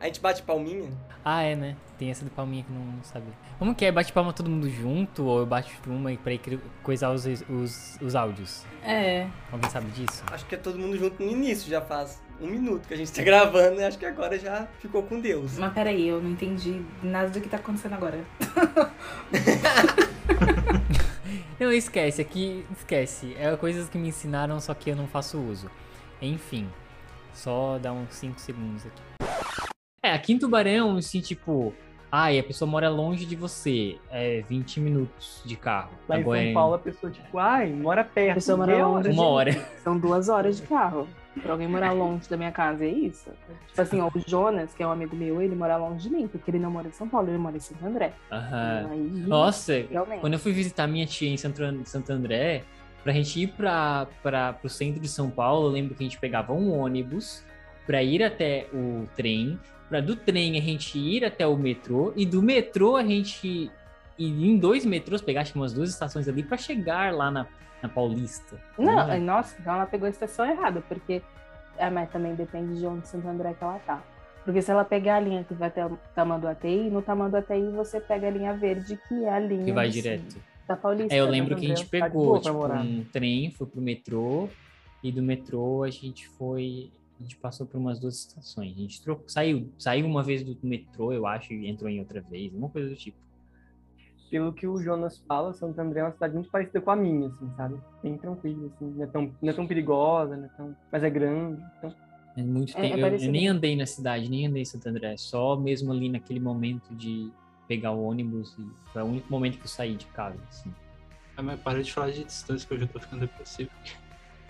A gente bate palminha. Ah, é, né? Tem essa de palminha que não, não sabia. Como que é? Bate palma todo mundo junto ou eu bato uma e pra ir cri- coisar os, os, os áudios? É. Alguém sabe disso? Acho que é todo mundo junto no início, já faz um minuto que a gente tá gravando e acho que agora já ficou com Deus. Mas peraí, eu não entendi nada do que tá acontecendo agora. Não, esquece, aqui esquece. É coisas que me ensinaram, só que eu não faço uso. Enfim, só dá uns 5 segundos aqui. É, aqui em Tubarão, assim, tipo, ai, a pessoa mora longe de você, é 20 minutos de carro. Lá em Agora é São Paulo a pessoa, tipo, ai, mora perto. A pessoa mora deu? longe. uma hora. São duas horas de carro. Pra alguém morar longe da minha casa, é isso. Tipo assim, ó, o Jonas, que é um amigo meu, ele mora longe de mim, porque ele não mora em São Paulo, ele mora em Santo André. Aham. Aí, Nossa, realmente. Quando eu fui visitar minha tia em Santo An- Santo André, pra gente ir pra, pra, pro centro de São Paulo, eu lembro que a gente pegava um ônibus pra ir até o trem, pra do trem a gente ir até o metrô, e do metrô a gente ir em dois metrôs, pegar acho que umas duas estações ali pra chegar lá na, na Paulista. Não, Hum. nossa, então ela pegou a estação errada, porque. É, mas também depende de onde Santo André que ela tá. Porque se ela pegar a linha que vai até o Tamanduateí, no Tamanduateí você pega a linha verde, que é a linha que vai do- direto. da Paulista. É, eu lembro né? que a gente Tá de boa pegou pra tipo, morar. um trem, foi pro metrô, e do metrô a gente foi. A gente passou por umas duas estações. A gente trocou, saiu, saiu uma vez do metrô, eu acho, e entrou em outra vez, uma coisa do tipo. Pelo que o Jonas fala, Santo André é uma cidade muito parecida com a minha, assim, sabe? Bem tranquila, assim. Não é tão, não é tão perigosa, não é tão... mas é grande. Então, É muito É, tempo- é eu- eu, parecido. nem andei na cidade, nem andei em Santo André, só mesmo ali naquele momento de pegar o ônibus. E foi o único momento que eu saí de casa, assim. Ah, mas para de falar de distância que eu já tô ficando depressivo.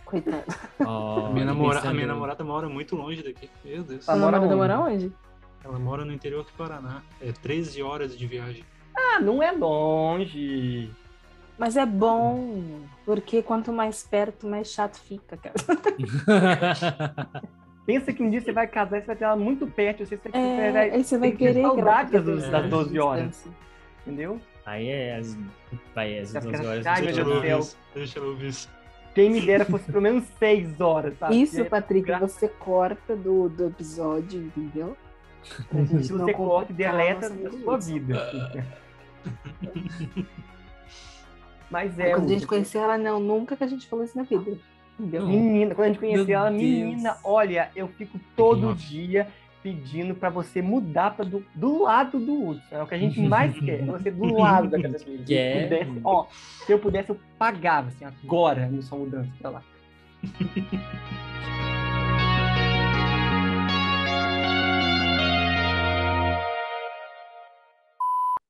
Coitado. Ó, a, minha e namora- a pensando- minha namorada mora muito longe daqui. Meu Deus. Ah, Ela mora mora, onde? mora onde? um Ela mora no interior do Paraná. É 13 horas de viagem. ah, não é longe. Mas é bom, porque quanto mais perto, mais chato fica, cara. Pensa que um dia você vai casar e você vai ter ela muito perto. Você vai É, aí você vai tem que querer saudade gravar das- tudo, das né? 12 horas. Distância. entendeu? Aí é as, vai, as Já duas fica- horas. Ai, do meu Deixa Deus ela do metrô. céu. ouvir isso. Deixa ela ouvir isso. Quem me dera fosse pelo menos seis horas, sabe? Isso, Porque Patrick, gra- você corta do, do episódio, entendeu? Pra gente se não você corta e complicar a deleta nossa da vida. sua vida. assim, né? Mas é. Quando a gente Hugo. conhecer ela, não, nunca que a gente falou isso na vida. Entendeu? Não. Menina, quando a gente conheceu Meu ela, Deus. menina, olha, eu fico todo off. dia pedindo pra você mudar pra do, do lado do Hudson. É o que a gente mais quer. é Você do lado da casa dele. Se, eu Quer. pudesse, ó, se eu pudesse, eu pagava assim, agora a sua mudança pra lá.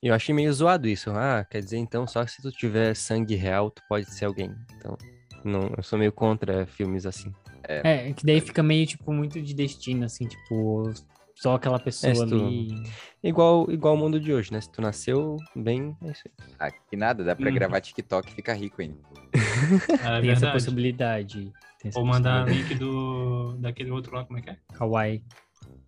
Eu achei meio zoado isso. Ah, quer dizer então só que se tu tiver sangue real, tu pode ser alguém. Então, não, eu sou meio contra filmes assim. É, que daí fica meio, tipo, muito de destino, assim, tipo, só aquela pessoa É, se tu- ali. Igual, igual o mundo de hoje, né? Se tu nasceu bem, é isso aí. Ah, que nada, dá pra Hum. gravar TikTok e ficar rico ainda. É tem essa verdade. possibilidade. Tem essa Vou mandar possibilidade. link do daquele outro lá, como é que é? Kawaii.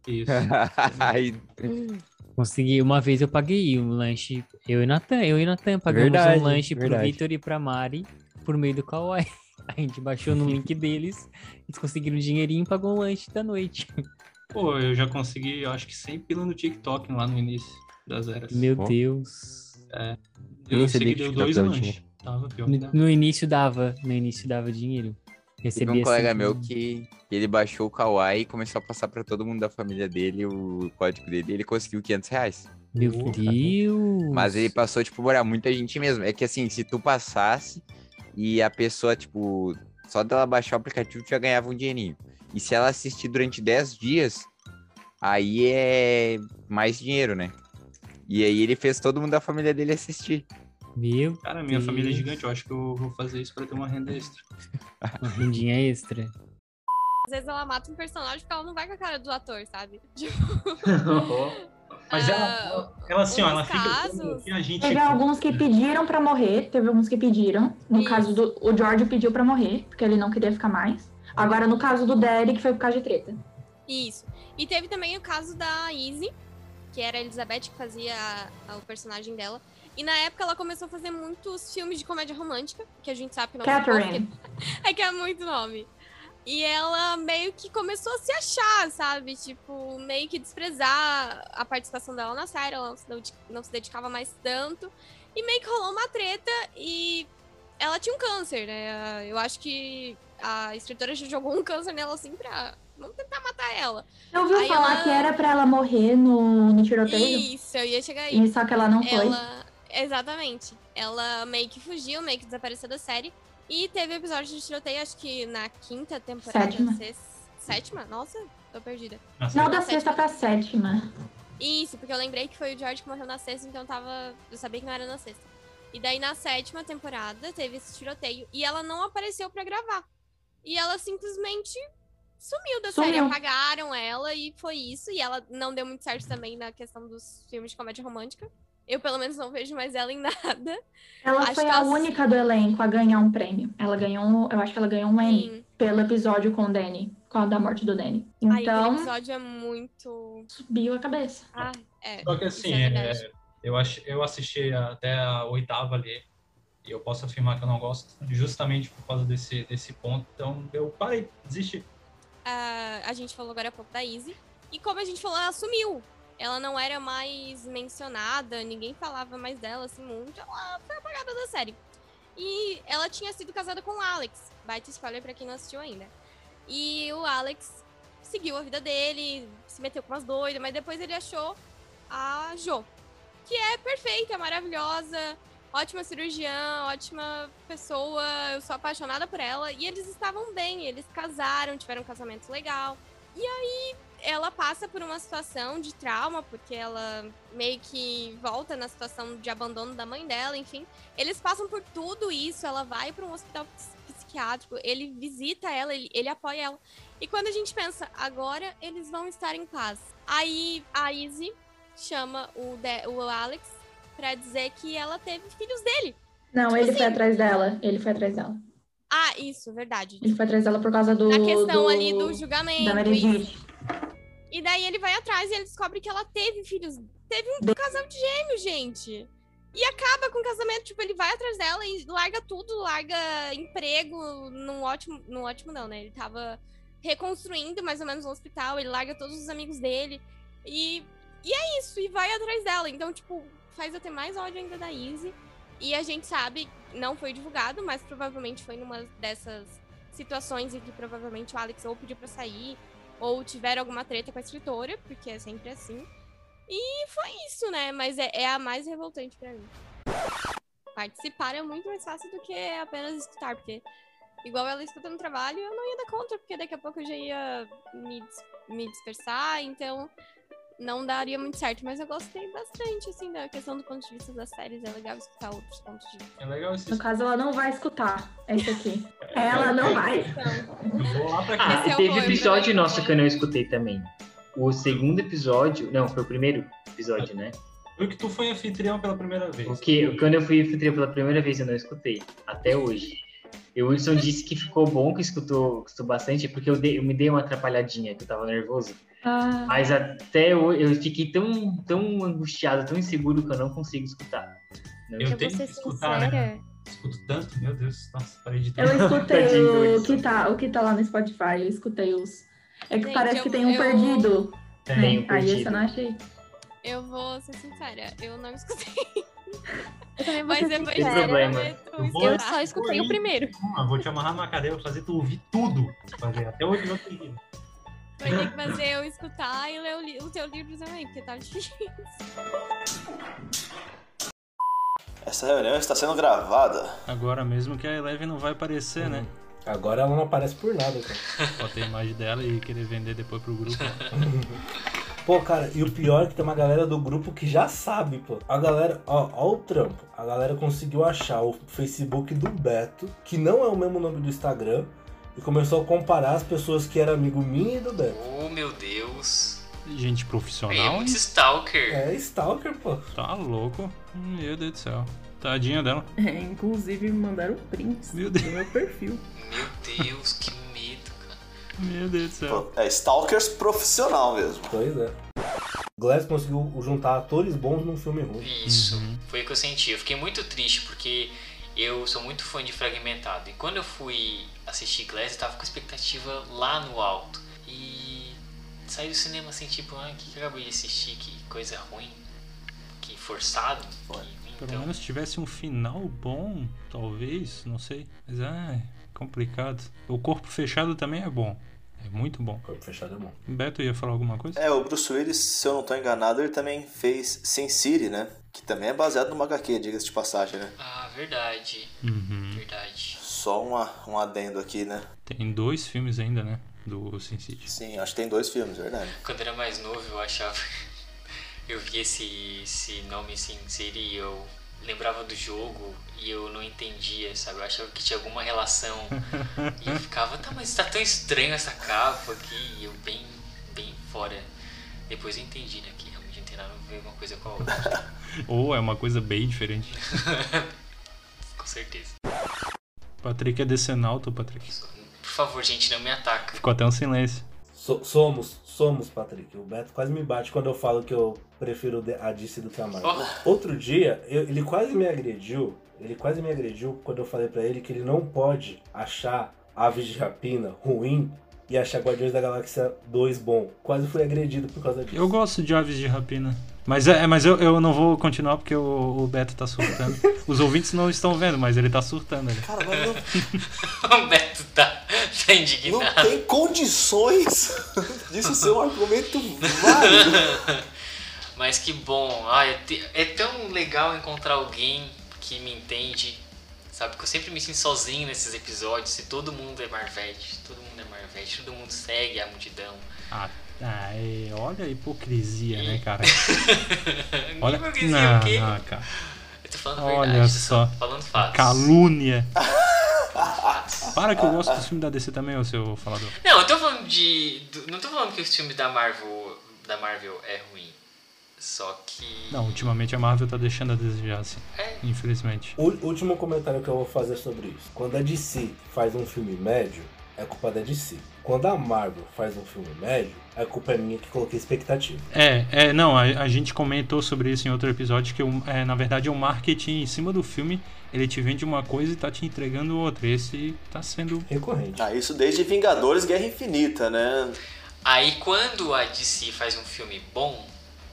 Isso. Aí, um Consegui, uma vez eu paguei um lanche, eu e Natan, eu e Natan pagamos Verdade, um lanche pro verdade. Vitor e pra Mari por meio do Kawaii. A gente baixou no link deles, eles conseguiram um dinheirinho e pagou um lanche da noite. Pô, eu já consegui, eu acho que 100 pila no TikTok lá no início das eras. É. Meu Bom. Deus. eu nem sei sabia que que deu TikTok dois dava lanches. dinheiro. Tava pior que No, dava. no início dava, no início dava dinheiro. teve Recebia um assim, colega sempre meu né? um- que, que ele baixou o Kawaii e começou a passar pra todo mundo da família dele o código dele e ele conseguiu 500 reais. Meu Porra. Deus. Mas ele passou, tipo, pra muita gente mesmo. É que assim, se tu passasse e a pessoa, tipo, só dela baixar o aplicativo tu já ganhava um dinheirinho. E se ela assistir durante 10 dias, aí é mais dinheiro, né? E aí ele fez todo mundo da família dele assistir. Meu Cara, minha família é Deus. gigante, eu acho que eu vou fazer isso pra ter uma renda extra. Uma rendinha extra. Às vezes ela mata um personagem porque ela não vai com a cara do ator, sabe? Tipo, Mas ah, ela, ela assim, ó, ela nos fica tipo- como casos- que a gente. é Teve alguns que pediram pra morrer, teve alguns que pediram. No Isso. caso do o George pediu pra morrer, porque ele não queria ficar mais. Agora no caso do Derek foi por causa de treta. Isso. E teve também o caso da Izzy, que era a Elizabeth que fazia a- a- o personagem dela. E na época ela começou a fazer muitos filmes de comédia romântica, que a gente sabe que não ficou, Catherine. porque- É que é muito nome. E ela meio que começou a se achar, sabe? Tipo, meio que desprezar a participação dela na série, ela não se ded- não se dedicava mais tanto. E meio que rolou uma treta e ela tinha um câncer, né? Eu acho que a escritora já jogou um câncer nela assim pra. Vamos tentar matar ela. Eu ouviu Aí falar ela- que era pra ela morrer no, no tiroteio? Isso, eu ia chegar aí. E só que ela não foi. Ela. Exatamente. Ela meio que fugiu, meio que desapareceu da série. E teve episódio de tiroteio, acho que na quinta temporada. Sétima. sex- Sétima? Nossa, tô perdida. Nossa, Não, da sexta pra sétima. Isso, porque eu lembrei que foi o George que morreu na sexta, então tava. Eu sabia que não era na sexta. E daí na sétima temporada teve esse tiroteio e ela não apareceu pra gravar. E ela simplesmente sumiu da série. Sumiu. Apagaram ela e foi isso. E ela não deu muito certo também na questão dos filmes de comédia romântica. Eu, pelo menos, não vejo mais ela em nada. Ela Acho foi que a ela- única do elenco a ganhar um prêmio. Ela ganhou, um- eu acho que ela ganhou um Emmy Sim. pelo episódio com o Danny, com a da morte do Danny. Aí Então, aquele episódio é muito. subiu a cabeça. Ah, é. Só que assim, Isso é é- verdade. eu, ach, eu assisti até a oitava ali, e eu posso afirmar que eu não gosto, justamente por causa desse, desse ponto. Então eu parei, desisti. Ah, a gente falou agora há pouco da Izzy. E como a gente falou, ela sumiu. Ela não era mais mencionada, ninguém falava mais dela assim muito. Ela foi apagada da série. E ela tinha sido casada com o Alex. Baita spoiler pra quem não assistiu ainda. E o Alex seguiu a vida dele, se meteu com umas doidas, mas depois ele achou a Jo, que é perfeita, maravilhosa, ótima cirurgiã, ótima pessoa, eu sou apaixonada por ela. E eles estavam bem, eles casaram, tiveram um casamento legal. E aí ela passa por uma situação de trauma, porque ela meio que volta na situação de abandono da mãe dela, enfim. Eles passam por tudo isso, ela vai para um hospital ps- psiquiátrico, ele visita ela, ele, ele apoia ela. E quando a gente pensa, agora eles vão estar em paz. Aí a Izzy chama o, De- o Alex pra dizer que ela teve filhos dele. Não, Tipo ele foi assim- atrás dela. Ele foi atrás dela. Ah, isso, verdade. Ele foi atrás dela por causa do. Na questão do- ali do Da julgamento. isso. Meredith. E daí ele vai atrás e ele descobre que ela teve filhos. Teve um casal de gêmeos, gente. E acaba com o casamento, tipo, ele vai atrás dela e larga tudo, larga emprego num ótimo. Num ótimo não, né? Ele tava reconstruindo mais ou menos um hospital, ele larga todos os amigos dele. E, e é isso, e vai atrás dela. Então, tipo, faz eu ter mais ódio ainda da Izzy. E a gente sabe, não foi divulgado, mas provavelmente foi numa dessas situações em que provavelmente o Alex ou pediu pra sair, ou tiveram alguma treta com a escritora, porque é sempre assim. E foi isso, né? Mas é, é a mais revoltante pra mim. Participar é muito mais fácil do que apenas escutar, porque igual ela escuta no trabalho, eu não ia dar conta, porque daqui a pouco eu já ia me, dis- me dispersar, então não daria muito certo. Mas eu gostei bastante, assim, da questão do ponto de vista das séries, é legal escutar outros pontos de vista. É legal esse. No caso, ela não vai escutar. É isso aqui. Ela não vai. Então, Eu vou lá pra Ah, cá. Esse é Ah, o teve Roy, episódio né? nosso que eu não escutei também. O segundo episódio. Não, foi o primeiro episódio, né? Eu que tu foi anfitrião pela primeira vez. O que, quando eu fui anfitriã pela primeira vez, eu não escutei. Até hoje. E o Wilson disse que ficou bom, que escutou, escutou bastante, porque eu, dei- eu me dei uma atrapalhadinha, que eu tava nervoso. Ah, Mas até hoje eu fiquei tão, tão angustiado, tão inseguro que eu não consigo escutar. Não Eu escuto. é tenho que escutar, né? Escuto tanto, meu Deus, nossa, parei de eu escutei Tadinho do o Wilson. que, tá, o que tá lá no Spotify. Eu escutei os. É que Gente, parece eu- que tem um eu- perdido. Tem né? um Aí esse perdido. eu não achei. eu vou ser sincera, eu não escutei, Eu também vou mas ser depois Tem sincera. problema. eu Eu vou- eu só escutei o primeiro. Ah, vou te amarrar na cadeira, vou fazer tu ouvir tudo. Fazer até hoje eu não entendi. Vai ter que fazer eu escutar e ler o, li- o teu livro também, porque tá difícil. Essa reunião está sendo gravada. Agora mesmo que a Eleven não vai aparecer, né? Hum, Agora ela não aparece por nada, cara. Bota a imagem dela e querer vender depois pro grupo. Pô, cara, e o pior é que tem uma galera do grupo que já sabe, pô. A galera, ó, ó o trampo. A galera conseguiu achar o Facebook do Beto, que não é o mesmo nome do Instagram, e começou a comparar as pessoas que eram amigo minha e do Beto. Oh meu Deus. Gente profissional, hein? stalker. É Stalker, pô. tá louco. Meu Deus do céu. Tadinha dela. É, inclusive me mandaram prints Meu Deus. do meu perfil. Meu Deus, que medo, cara. Meu Deus do céu. É Stalkers profissional mesmo. Pois é. Glass conseguiu juntar atores bons num filme ruim. Isso. Uhum. Foi o que eu senti. Eu fiquei muito triste porque Eu sou muito fã de Fragmentado. E quando eu fui assistir Glass, eu tava com expectativa lá no alto. E saí do cinema assim, tipo, ah, o que, que eu acabei de assistir? Que coisa ruim. Que forçado. Que... Pelo Então. menos tivesse um final bom, talvez, não sei. Mas é complicado. O corpo fechado também é bom. É muito bom. Corpo fechado é bom. Beto ia falar alguma coisa? É, o Bruce Willis, se eu não tô enganado, ele também fez Sin City, né? Que também é baseado numa HQ, diga-se de passagem, né? Ah, verdade. Uhum. Verdade. Só uma, um adendo aqui, né? Tem dois filmes ainda, né? Do Sin City. Sim, acho que tem dois filmes, é verdade. Quando era mais novo, eu achava. Eu vi esse, esse nome Sin City e eu lembrava do jogo e eu não entendia, sabe? Eu achava que tinha alguma relação. e eu ficava, tá, mas tá tão estranho essa capa aqui. E eu bem, bem fora. Depois eu entendi, né? Que realmente não tem nada a ver uma coisa com a outra. Ou é uma coisa bem diferente. com certeza. Patrick é decenalto, Patrick. Por favor, gente, não me ataca. Ficou até um silêncio. So- somos, somos, Patrick. O Beto quase me bate quando eu falo que eu prefiro a Dice do que a Marvel. Outro dia, eu- ele quase me agrediu. Ele quase me agrediu quando eu falei pra ele que ele não pode achar Aves de Rapina ruim e achar Guardiões da Galáxia 2 bom. Quase fui agredido por causa disso. Eu gosto de aves de rapina. Mas, é, mas eu, eu não vou continuar porque o, o Beto tá surtando. Os ouvintes não estão vendo, mas ele tá surtando ali. Cara, mas não, o Beto tá, tá indignado. não tem condições disso ser um argumento válido. Mas que bom. Ah, é, te- é tão legal encontrar alguém que me entende. Sabe, que eu sempre me sinto sozinho nesses episódios. E todo mundo é Marvete, todo mundo é Marvete, todo mundo segue a multidão. Ah, ah, é, olha a hipocrisia, né, cara? Olha, não, o quê? não, cara. Eu tô falando a Olha verdade, tô só. falando fatos. Calúnia. Para que eu gosto dos filmes da DC também, ô seu falador. Não, eu tô falando de. do- não tô falando que os filmes da Marvel, da Marvel é ruim. Só que. Não, ultimamente a Marvel tá deixando a desejar, assim. É. Infelizmente. O último comentário que eu vou fazer sobre isso. Quando a DC faz um filme médio, é culpa da DC. Quando a Marvel faz um filme médio, a culpa é minha que coloquei expectativa. É, é, não, a, a gente comentou sobre isso em outro episódio, que o- é, na verdade é o marketing em cima do filme, ele te vende uma coisa e tá te entregando outra. Esse tá sendo. Recorrente. Ah, isso desde Vingadores Guerra Infinita, né? Aí quando a DC faz um filme bom,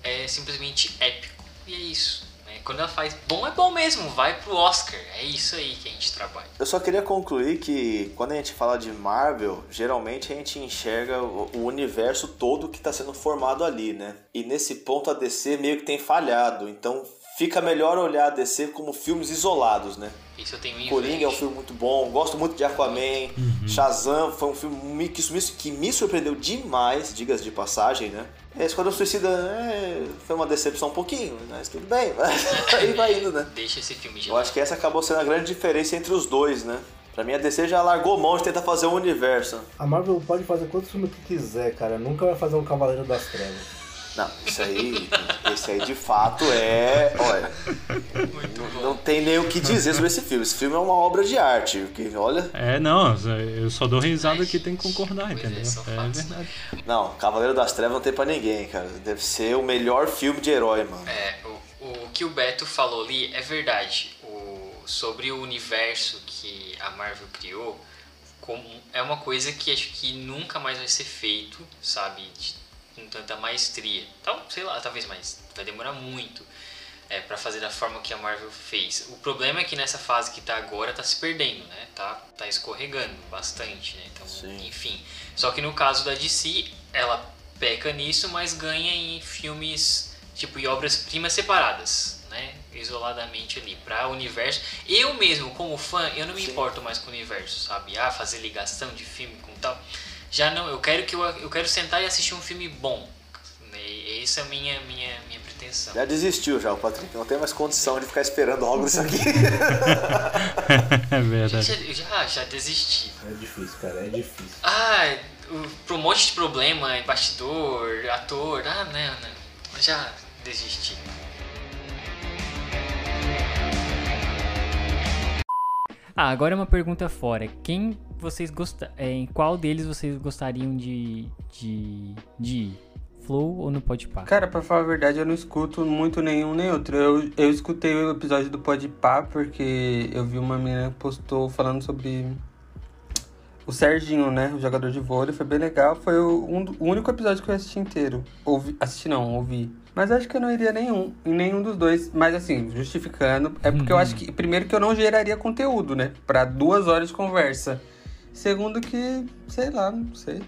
é simplesmente épico. E é isso. né? Quando ela faz bom, é bom mesmo. Vai pro Oscar. É isso aí que a gente trabalha. Eu só queria concluir que quando a gente fala de Marvel, geralmente a gente enxerga o o universo todo que está sendo formado ali, né? E nesse ponto a DC meio que tem falhado, então fica melhor olhar a DC como filmes isolados, né? Isso eu tenho em Coringa é um filme muito bom, gosto muito de Aquaman, Shazam foi um filme mi- que, me- que me surpreendeu demais, digas de passagem, né? É, Esquadrão Suicida é, foi uma decepção um pouquinho, mas tudo bem, aí vai indo, né? Deixa esse filme de Eu acho que essa acabou sendo a grande diferença entre os dois, né? Pra mim, a DC já largou mão de tentar fazer um universo. A Marvel pode fazer quantos filmes que quiser, cara. Nunca vai fazer um Cavaleiro das Trevas. Não, isso aí, esse aí de fato é. Olha, não, não tem nem o que dizer sobre esse filme. Esse filme é uma obra de arte, porque olha. É, não, eu só dou risada que tem que concordar, entendeu? É verdade. Não, Cavaleiro das Trevas não tem pra ninguém, cara. Deve ser o melhor filme de herói, mano. É, o, o que o Beto falou ali é verdade. O, sobre o universo que a Marvel criou, como, é uma coisa que acho que nunca mais vai ser feito, sabe? de- com tanta maestria. Tal, sei lá, talvez mais. Vai demorar muito é, para fazer da forma que a Marvel fez. O problema é que nessa fase que tá agora tá se perdendo, né? Tá, tá escorregando bastante, né? Então, enfim. Só que no caso da DC, ela peca nisso, mas ganha em filmes tipo e obras-primas separadas, né? Isoladamente ali, para universo. Eu mesmo, como fã, eu não me importo mais com o universo, sabe? Ah, fazer ligação de filme com tal. Já não, eu quero que eu, eu quero sentar e assistir um filme bom. E, essa é a minha, minha, minha pretensão. Já desistiu já, o Patrick. Não tem mais condição de ficar esperando algo disso aqui. É verdade. Gente, eu já, já desisti. É difícil, cara. É difícil. Ah, o- pra um monte de problema, bastidor, ator, ah, não, não. Já desisti. Ah, agora uma pergunta fora. Quem é, vocês gostam. em qual deles vocês gostariam de, de, de ir? Flow ou no Podpah? Cara, pra falar a verdade, eu não escuto muito nenhum nem outro. Eu, eu escutei o episódio do Podpah porque eu vi uma menina que postou falando sobre o Serginho, né? O jogador de vôlei. Foi bem legal. Foi o, um do- o único episódio que eu assisti inteiro. Ouvi, assisti não, ouvi. Mas acho que eu não iria nenhum, em nenhum dos dois. Mas assim, justificando, é porque eu acho que. Primeiro que eu não geraria conteúdo, né? Pra duas horas de conversa. Segundo que, sei lá, não sei.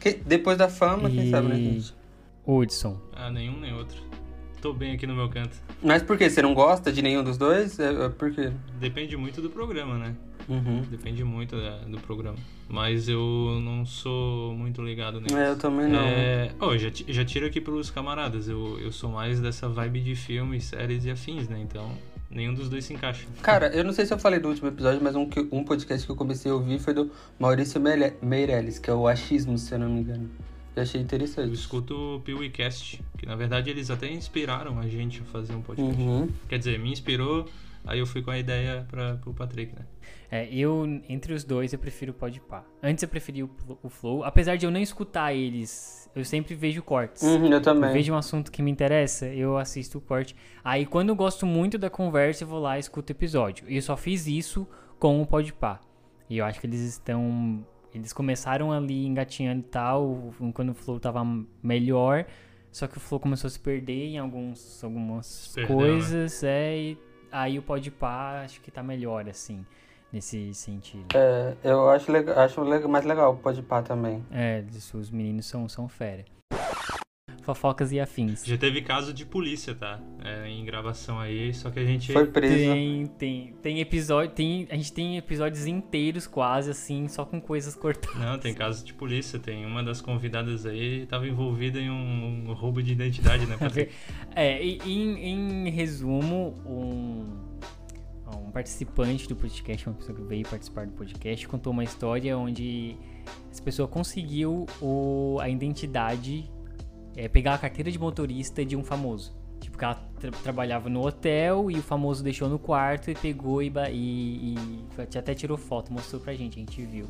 Que, depois da fama, quem sabe, né? E... Hudson. Ah, nenhum nem outro. Tô bem aqui no meu canto. Mas por quê? Você não gosta de nenhum dos dois? É, é por quê? Depende muito do programa, né? Uhum. Depende muito da- do programa. Mas eu não sou muito ligado nisso. É, eu também não. É, oh, já, ti- já tiro aqui pros camaradas. Eu, eu sou mais dessa vibe de filmes, séries e afins, né? Então, nenhum dos dois se encaixa. Cara, eu não sei se eu falei do último episódio, mas um, que- um podcast que eu comecei a ouvir foi do Maurício Meire- Meirelles, que é o Achismo, se eu não me engano. Eu achei interessante. Escuto o PeeWeeCast, que na verdade eles até inspiraram a gente a fazer um podcast. Uhum. Quer dizer, me inspirou, aí eu fui com a ideia pra, pro Patrick, né? É, eu, entre os dois, eu prefiro o Podpah. Antes eu preferia o, Plo- o Flow, apesar de eu não escutar eles, eu sempre vejo cortes. Uhum, eu também. vejo um assunto que me interessa, eu assisto o corte. Aí quando eu gosto muito da conversa, eu vou lá e escuto o episódio. E eu só fiz isso com o Podpah. E eu acho que eles estão... Eles começaram ali engatinhando e tal, quando o Flow tava melhor... Só que o Flow começou a se perder em alguns, algumas perdeu, né? coisas, é, e aí o Podpah acho que tá melhor, assim, nesse sentido. É, eu acho, legal, acho le- mais legal o Podpah também. É, eles- os meninos são, são fera. Fofocas e afins. Já teve caso de polícia, tá? É, em gravação aí, só que a gente. Tem, tem, tem episódio, tem, a gente tem episódios inteiros quase, assim, só com coisas cortadas. Não, tem caso de polícia. Tem uma das convidadas aí tava envolvida em um, um roubo de identidade, né, Patrick? É, e- em, em resumo, um, um participante do podcast, uma pessoa que veio participar do podcast, contou uma história onde essa pessoa conseguiu o, a identidade, é, pegar a carteira de motorista de um famoso. Tipo, que ela tra- trabalhava no hotel e o famoso deixou no quarto e pegou e, ba- e- e até tirou foto, mostrou pra gente, a gente viu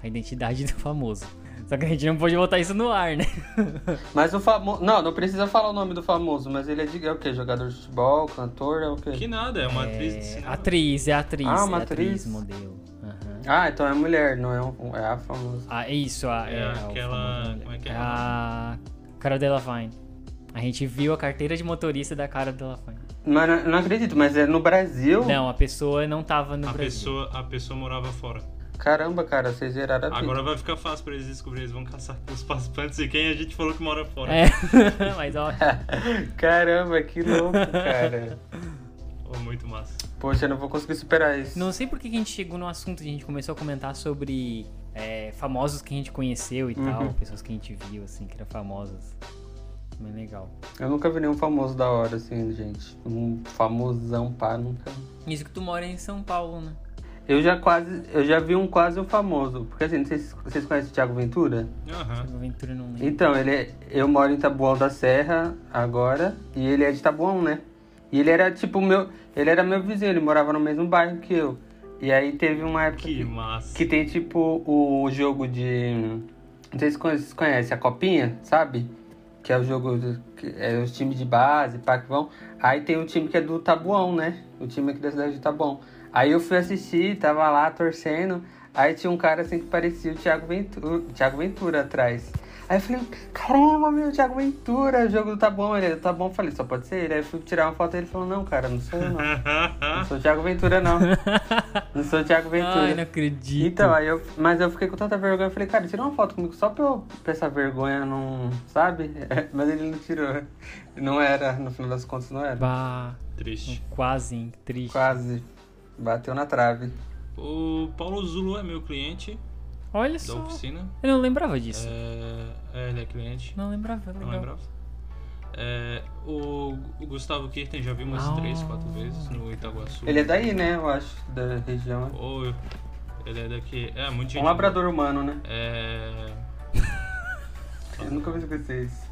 a identidade do famoso. Só que a gente não pode botar isso no ar, né? Mas o famoso. Não, não precisa falar o nome do famoso, mas ele é, de, é o quê? Jogador de futebol, cantor, é o quê? Que nada, é uma atriz de cinema. Atriz, é atriz. Ah, uma é atriz. atriz. modelo. Aham. Ah, então é mulher, não é, um, é a famosa. Ah, é isso, a, É é, aquela- Como é que é? A Cara Delevingne. A gente viu a carteira de motorista da Cara Delevingne. Mas não, não acredito, mas é no Brasil? Não, a pessoa não tava no A Brasil. pessoa, a pessoa morava fora. Caramba, cara, assim, vocês zeraram a vida. Agora vai ficar fácil pra eles descobrir, eles vão caçar os participantes e quem a gente falou que mora fora. É, mas ó. Caramba, que louco, cara. Pô, muito massa. Poxa, eu não vou conseguir superar isso. Não sei por que que a gente chegou no assunto, a gente começou a comentar sobre é, famosos que a gente conheceu e Uhum. tal, pessoas que a gente viu, assim, que eram famosas. Mas legal. Eu nunca vi nenhum famoso da hora, assim, gente. Um famosão pá, nunca. Isso que tu mora em São Paulo, né? Eu já quase. Eu já vi um quase um famoso. Porque assim, não sei se vocês conhecem o Thiago Ventura? Thiago Ventura não lembro. Então, ele é, eu moro em Taboão da Serra agora, e ele é de Taboão, né? E ele era tipo meu, ele era meu vizinho, ele morava no mesmo bairro que eu. E aí teve uma época que, que tem tipo o jogo de não sei se vocês conhecem, a copinha, sabe? Que é o jogo do- que é os times de base, pá, que vão. Aí tem o time que é do Taboão, né? O time aqui da cidade de Taboão. Aí eu fui assistir, tava lá torcendo. Aí tinha um cara assim que parecia o Thiago Ventura, Thiago Ventura atrás. Aí eu falei, caramba, meu, Thiago Ventura, o jogo do Taboão, ele é do Taboão. Eu falei, só pode ser ele. Aí eu fui tirar uma foto e ele falou, não, cara, não sou eu não. Não sou o Thiago Ventura, não. Não sou o Thiago Ventura. Ai, não acredito. Então, aí eu, mas eu fiquei com tanta vergonha, eu falei, cara, tira uma foto comigo só pra, eu, pra essa vergonha não, sabe? Mas ele não tirou. Não era, no final das contas não era. Bah. Triste. um Quase, hein? Triste. Quase. Bateu na trave. O Paulo Zulu é meu cliente. Olha da só. oficina. Eu não lembrava disso. É, é, ele é cliente. Não lembrava, legal. Não lembrava. É, o, o Gustavo Kirten já vi umas Ah. três, quatro vezes no Itaguaçu. Ele é daí, né, eu acho, da região. é. Ou ele é daqui. É, muito gente Um boa. labrador humano, né? É. Eu nunca vou esquecer isso.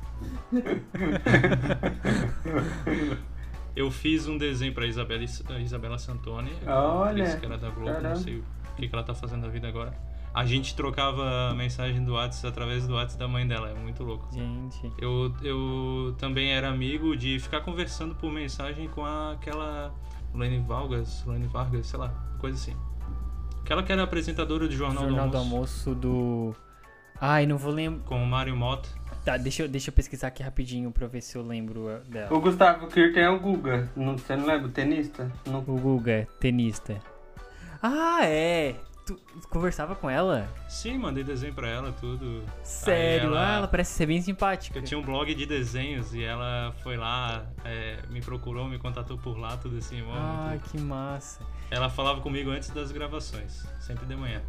Eu fiz um desenho pra Isabela, a Isabela Santoni, Olha, atriz que era da Globo, caramba. não sei o que, que ela tá fazendo da vida agora. A gente trocava a mensagem do WhatsApp através do WhatsApp da mãe dela, é muito louco. Gente. Eu, eu também era amigo de ficar conversando por mensagem com a- aquela Lene Vargas, Lene Vargas, sei lá, coisa assim. Aquela que era apresentadora do Jornal, Jornal do do Almoço. Almoço do. Ai, não vou lembrar. Com o Mario Mota. Tá, deixa eu, deixa eu pesquisar aqui rapidinho pra eu ver se eu lembro eh, dela. O Gustavo Kirten é o Guga. Não, você não lembra? O tenista? Não. O Guga, tenista. Ah, é! Tu conversava com ela? Sim, mandei desenho pra ela, tudo. Sério? Aí Ah, ela parece ser bem simpática. Eu tinha um blog de desenhos e ela foi lá, é, me procurou, me contatou por lá, tudo assim, mó, Ah, muito- que massa. Ela falava comigo antes das gravações, sempre de manhã.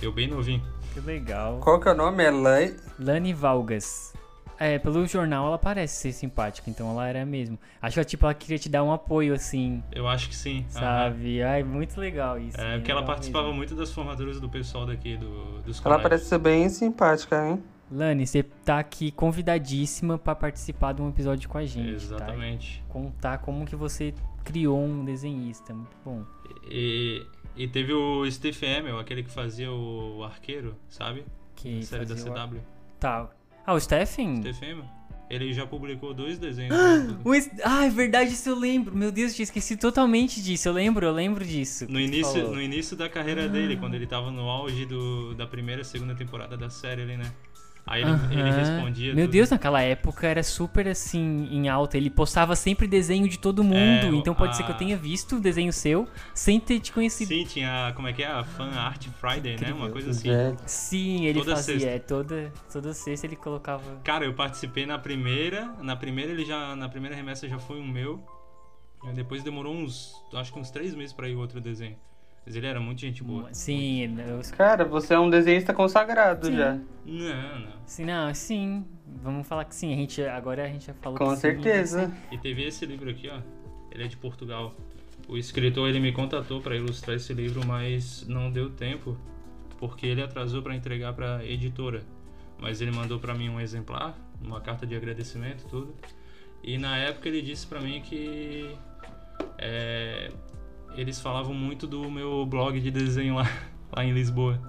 Eu bem novinho. Que legal. Qual que é o nome? É Lani? Lani Valgas. É, pelo jornal ela parece ser simpática, então ela era mesmo. Acho que ela, tipo, ela queria te dar um apoio, assim, Eu acho que sim. aham. sabe? Ai, muito legal isso. né? É, bem porque ela legal participava mesmo. muito das formaturas do pessoal daqui, do, dos Ela colégios. parece ser bem simpática, hein? Lani, você tá aqui convidadíssima pra participar de um episódio com a gente, Exatamente. Tá? Contar como que você criou um desenhista, muito bom. E, e teve o Stephen Amell, aquele que fazia o arqueiro, sabe? Que Na série da fazia o ar- CW. Tá. Ah, o Stephen? Stephen Amell. Ele já publicou dois desenhos. né? O es- Ah, é verdade, isso eu lembro. Meu Deus, eu tinha esqueci totalmente disso. Eu lembro, eu lembro disso. que No tu início, falou. Ah. no início da carreira dele, quando ele tava no auge do, da primeira e segunda temporada da série ali, né? Aí ele, ele Aham. respondia. Meu tudo. Deus, naquela época era super assim em alta. Ele postava sempre desenho de todo mundo. É, então pode ser que a- eu tenha visto o desenho seu sem ter te conhecido. Sim, tinha, como é que é? A Fan Art Friday, né? Uma coisa assim. É. Sim, ele Toda fazia. sexta. é, Toda, toda sexta ele colocava. Cara, eu participei na primeira. Na primeira ele já. Na primeira remessa já foi o meu. E depois demorou uns. Acho que uns três meses pra ir outro desenho. Mas ele era muito gente boa. Sim, eu... Cara, você é um desenhista consagrado Sim. já. Não, não. Sim, não, sim. Vamos falar que sim. A gente, agora a gente já falou Com que sim, certeza. sim. E teve esse livro aqui, ó. Ele é de Portugal. O escritor ele me contatou para ilustrar esse livro, mas não deu tempo porque ele atrasou para entregar para editora. Mas ele mandou para mim um exemplar, uma carta de agradecimento, tudo. E na época ele disse para mim que é, eles falavam muito do meu blog de desenho lá, lá em Lisboa.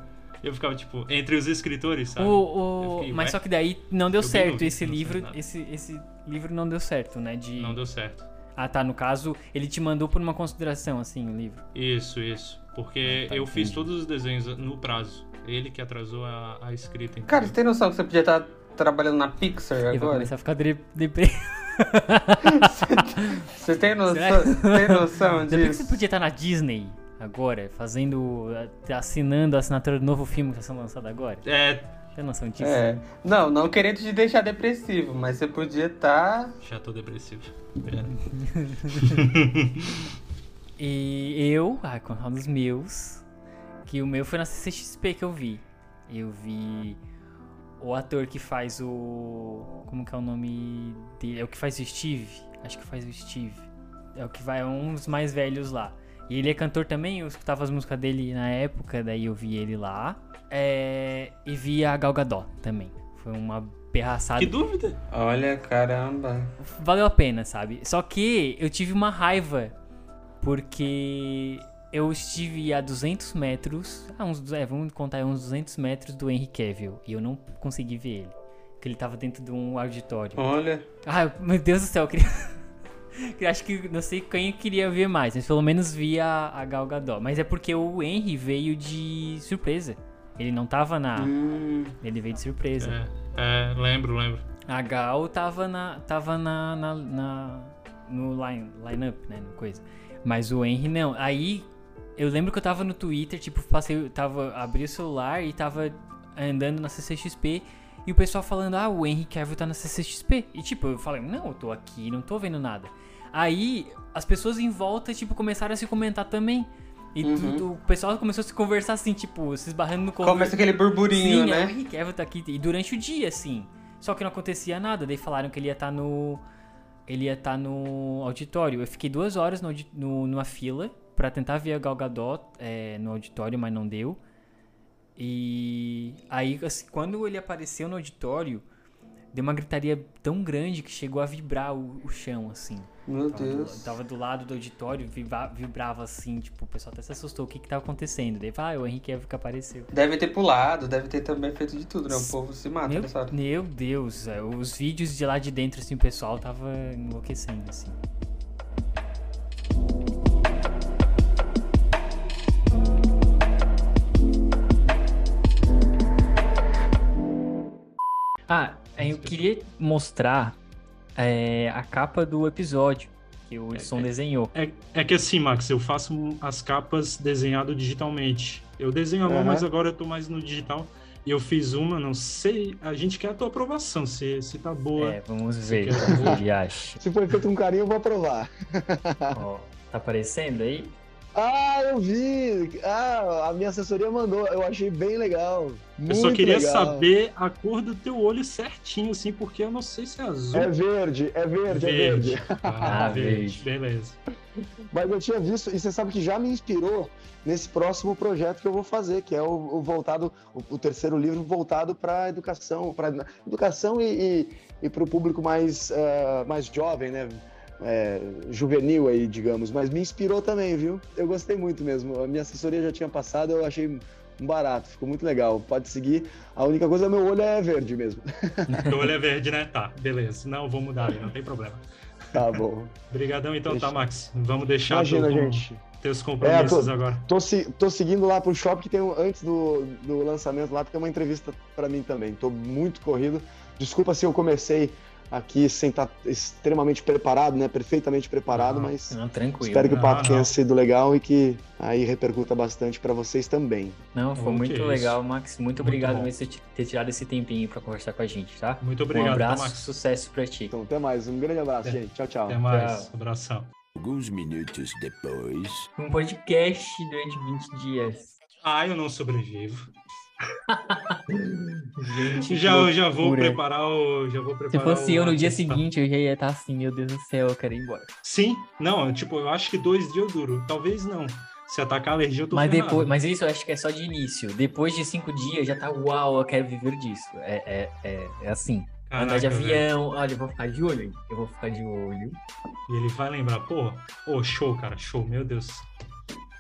Eu ficava tipo entre os escritores, sabe? O- o- Eu fiquei, Mas "Ué?" só que daí não deu Eu bem certo novinho, esse não sei livro. nada. Esse, esse livro não deu certo, né? De... Não deu certo. Ah, tá. No caso, ele te mandou por uma consideração, assim, o livro. Isso, isso. Porque Ah, tá, eu fiz entendi. todos os desenhos no prazo. Ele que atrasou a, a escrita. então. Cara, você tem noção que você podia estar trabalhando na Pixar Eu vou agora? começar a ficar dre- deprê. Você tem noção, Será? tem noção Ainda bem que disso? você podia estar na Disney agora, fazendo. assinando a assinatura do novo filme que está sendo lançado agora. É. Tem noção disso? É. Não, não querendo te deixar depressivo, mas você podia tá estar. Já tô depressivo. Pera. É. E eu, ah, contar um dos meus, que o meu foi na CCXP que eu vi. Eu vi o ator que faz o. Como que é o nome dele? É o que faz o Steve? Acho que faz o Steve. É o que vai, é um dos mais velhos lá. E ele é cantor também, eu escutava as músicas dele na época, daí eu vi ele lá. É, e vi a Gal Gadot também. Foi uma perraçada. Que dúvida? Olha, caramba. valeu a pena, sabe? Só que eu tive uma raiva porque eu estive a 200 metros, ah, uns, du- é, vamos contar aí, uns 200 metros do Henry Cavill e eu não consegui ver ele, porque ele tava dentro de um auditório. Olha. Ah, meu Deus do céu, eu queria... eu Acho que não sei quem eu queria ver mais, mas pelo menos via a Gal Gadot. Mas é porque o Henry veio de surpresa. Ele não tava na. Ele veio de surpresa. É, lembro, lembro. A Gal tava na. tava na. na, na- no line, lineup, né? No coisa. Mas o Henry não. Aí eu lembro que eu tava no Twitter, tipo, passei. Tava. Abri o celular e tava andando na CCXP. E o pessoal falando, ah, o Henry Cavill tá na CCXP. E tipo, eu falei, não, eu tô aqui, não tô vendo nada. Aí as pessoas em volta, tipo, começaram a se comentar também. E tudo- o pessoal começou a se conversar assim, tipo, se esbarrando no conver- Começa aquele burburinho, Sim, é, né? o Henry Cavill tá aqui. E durante o dia, assim. Só que não acontecia nada. Daí falaram que ele ia estar no. Ele ia estar no auditório. Eu fiquei duas horas no, audi- no- numa fila pra tentar ver a Gal Gadot é, no auditório, mas não deu. E aí, assim, quando ele apareceu no auditório, Deu uma gritaria tão grande que chegou a vibrar o, o chão, assim. Meu tava Deus. Do, tava do lado do auditório, vibra- vibrava assim, tipo, o pessoal até se assustou. O que que tava acontecendo? Daí, ah, o Henrique Evica apareceu. Deve ter pulado, deve ter também feito de tudo, né? O povo se mata Meu, nessa hora. meu Deus, é, os vídeos de lá de dentro, assim, o pessoal tava enlouquecendo, assim. Ah, eu queria mostrar é, a capa do episódio que o Edson desenhou. É, é que assim, Max, eu faço as capas desenhado digitalmente. Eu desenho a mão, Aham. mas agora eu tô mais no digital. E eu fiz uma, não sei. A gente quer a tua aprovação, se, se tá boa. É, vamos ver, quer- vamos ver, ele acha. Se foi feito com carinho, eu vou aprovar. Ó, tá aparecendo aí? Ah, eu vi! Ah, a minha assessoria mandou, eu achei bem legal. Eu só Muito queria legal. saber a cor do teu olho certinho, assim, porque eu não sei se é azul. É verde, é verde, é verde. Ah, verde. Beleza. Mas eu tinha visto, e você sabe que já me inspirou nesse próximo projeto que eu vou fazer, que é o, o voltado, o, o terceiro livro voltado para educação, para educação e, para o público mais, ah, mais jovem, né? É, juvenil aí, digamos, mas me inspirou também, viu? Eu gostei muito mesmo. A minha assessoria já tinha passado, eu achei um barato, ficou muito legal. Pode seguir. A única coisa, meu olho é verde mesmo. Teu olho é verde, né? Tá, beleza. Não, vou mudar, não tem problema. Tá bom. Obrigadão então, Deixa- tá, Max? Vamos deixar Imagina, tu com gente. teus É, compromissos tô, agora. Tô, se- tô seguindo lá pro shopping que tem um- antes do, do lançamento lá, porque é uma entrevista pra mim também. Tô muito corrido. Desculpa se eu comecei aqui sem estar extremamente preparado, né? Perfeitamente preparado, mas Não, tranquilo. espero que o Ah, papo Não, tenha não. sido legal e que aí repercuta bastante pra vocês também. Não, foi Ok, muito isso. legal, Max. Muito obrigado bom. mesmo por ter- ter tirado esse tempinho pra conversar com a gente, tá? Muito Um obrigado, tá, abraço, Max? sucesso pra ti. Então, até mais. Um grande abraço, gente. Tchau, tchau. Até mais. Abração. Alguns minutos depois. Um podcast durante 20 dias. Ah, eu não sobrevivo. Gente, já, que já vou loucura. preparar o. Já vou preparar Se fosse o- eu no dia seguinte, eu já ia estar assim, meu Deus do céu, eu quero ir embora. Sim, não, tipo, eu acho que dois dias eu duro. Talvez não. Se atacar a alergia, eu tô Mas, ferrado. depois, mas isso eu acho que é só de início. Depois de cinco dias já tá uau, eu quero viver disso. É, é, é, é assim. Andar de Caraca, avião, olha, eu vou ficar Tá de olho. Eu vou ficar de olho. E ele vai lembrar, pô, ô, show, cara, show, meu Deus.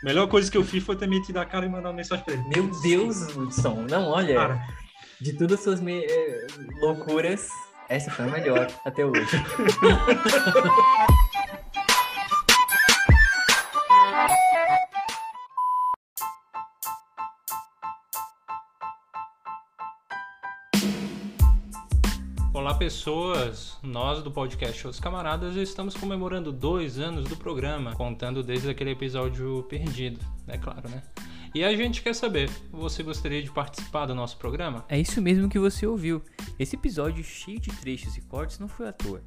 Melhor coisa que eu fiz foi ter metido a cara e mandar uma mensagem pra ele. Meu Deus, Hudson, não, olha. De todas as suas me- eh, loucuras, essa foi a melhor até hoje. Olá, pessoas! Nós do podcast Os Camaradas estamos comemorando dois anos do programa, contando desde aquele episódio perdido, é claro, né? E a gente quer saber, você gostaria de participar do nosso programa? É isso mesmo que você ouviu. Esse episódio cheio de trechos e cortes não foi à toa.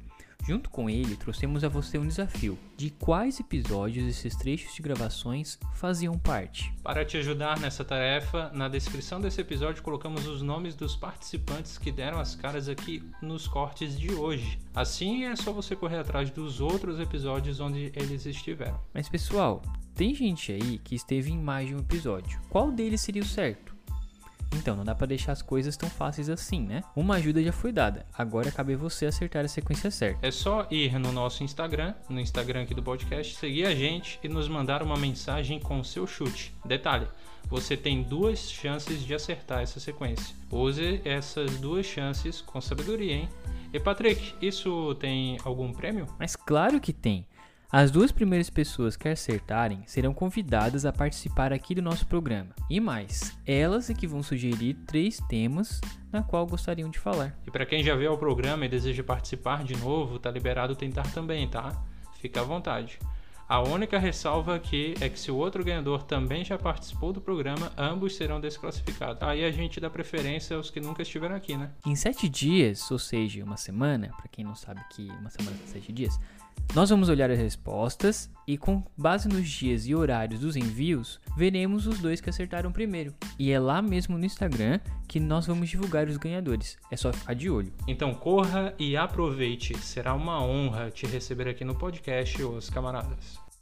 Junto com ele, trouxemos a você um desafio: de quais episódios esses trechos de gravações faziam parte? Para te ajudar nessa tarefa, na descrição desse episódio colocamos os nomes dos participantes que deram as caras aqui nos cortes de hoje. Assim é só você correr atrás dos outros episódios onde eles estiveram. Mas pessoal, tem gente aí que esteve em mais de um episódio. Qual deles seria o certo? Então, não dá pra deixar as coisas tão fáceis assim, né? Uma ajuda já foi dada, agora cabe a você acertar a sequência certa. É só ir no nosso Instagram, no Instagram aqui do podcast, seguir a gente e nos mandar uma mensagem com o seu chute. Detalhe, você tem duas chances de acertar essa sequência. Use essas duas chances com sabedoria, hein? E Patrick, isso tem algum prêmio? Mas claro que tem! As duas primeiras pessoas que acertarem serão convidadas a participar aqui do nosso programa. E mais, elas é que vão sugerir três temas na qual gostariam de falar. E para quem já veio ao programa e deseja participar de novo, tá liberado tentar também, tá? Fica à vontade. A única ressalva aqui é que se o outro ganhador também já participou do programa, ambos serão desclassificados. Aí a gente dá preferência aos que nunca estiveram aqui, né? Em sete dias, ou seja, uma semana, para quem não sabe que uma semana tem sete dias, nós vamos olhar as respostas e, com base nos dias e horários dos envios, veremos os dois que acertaram primeiro. E é lá mesmo no Instagram que nós vamos divulgar os ganhadores. É só ficar de olho. Então corra e aproveite. Será uma honra te receber aqui no podcast, os camaradas.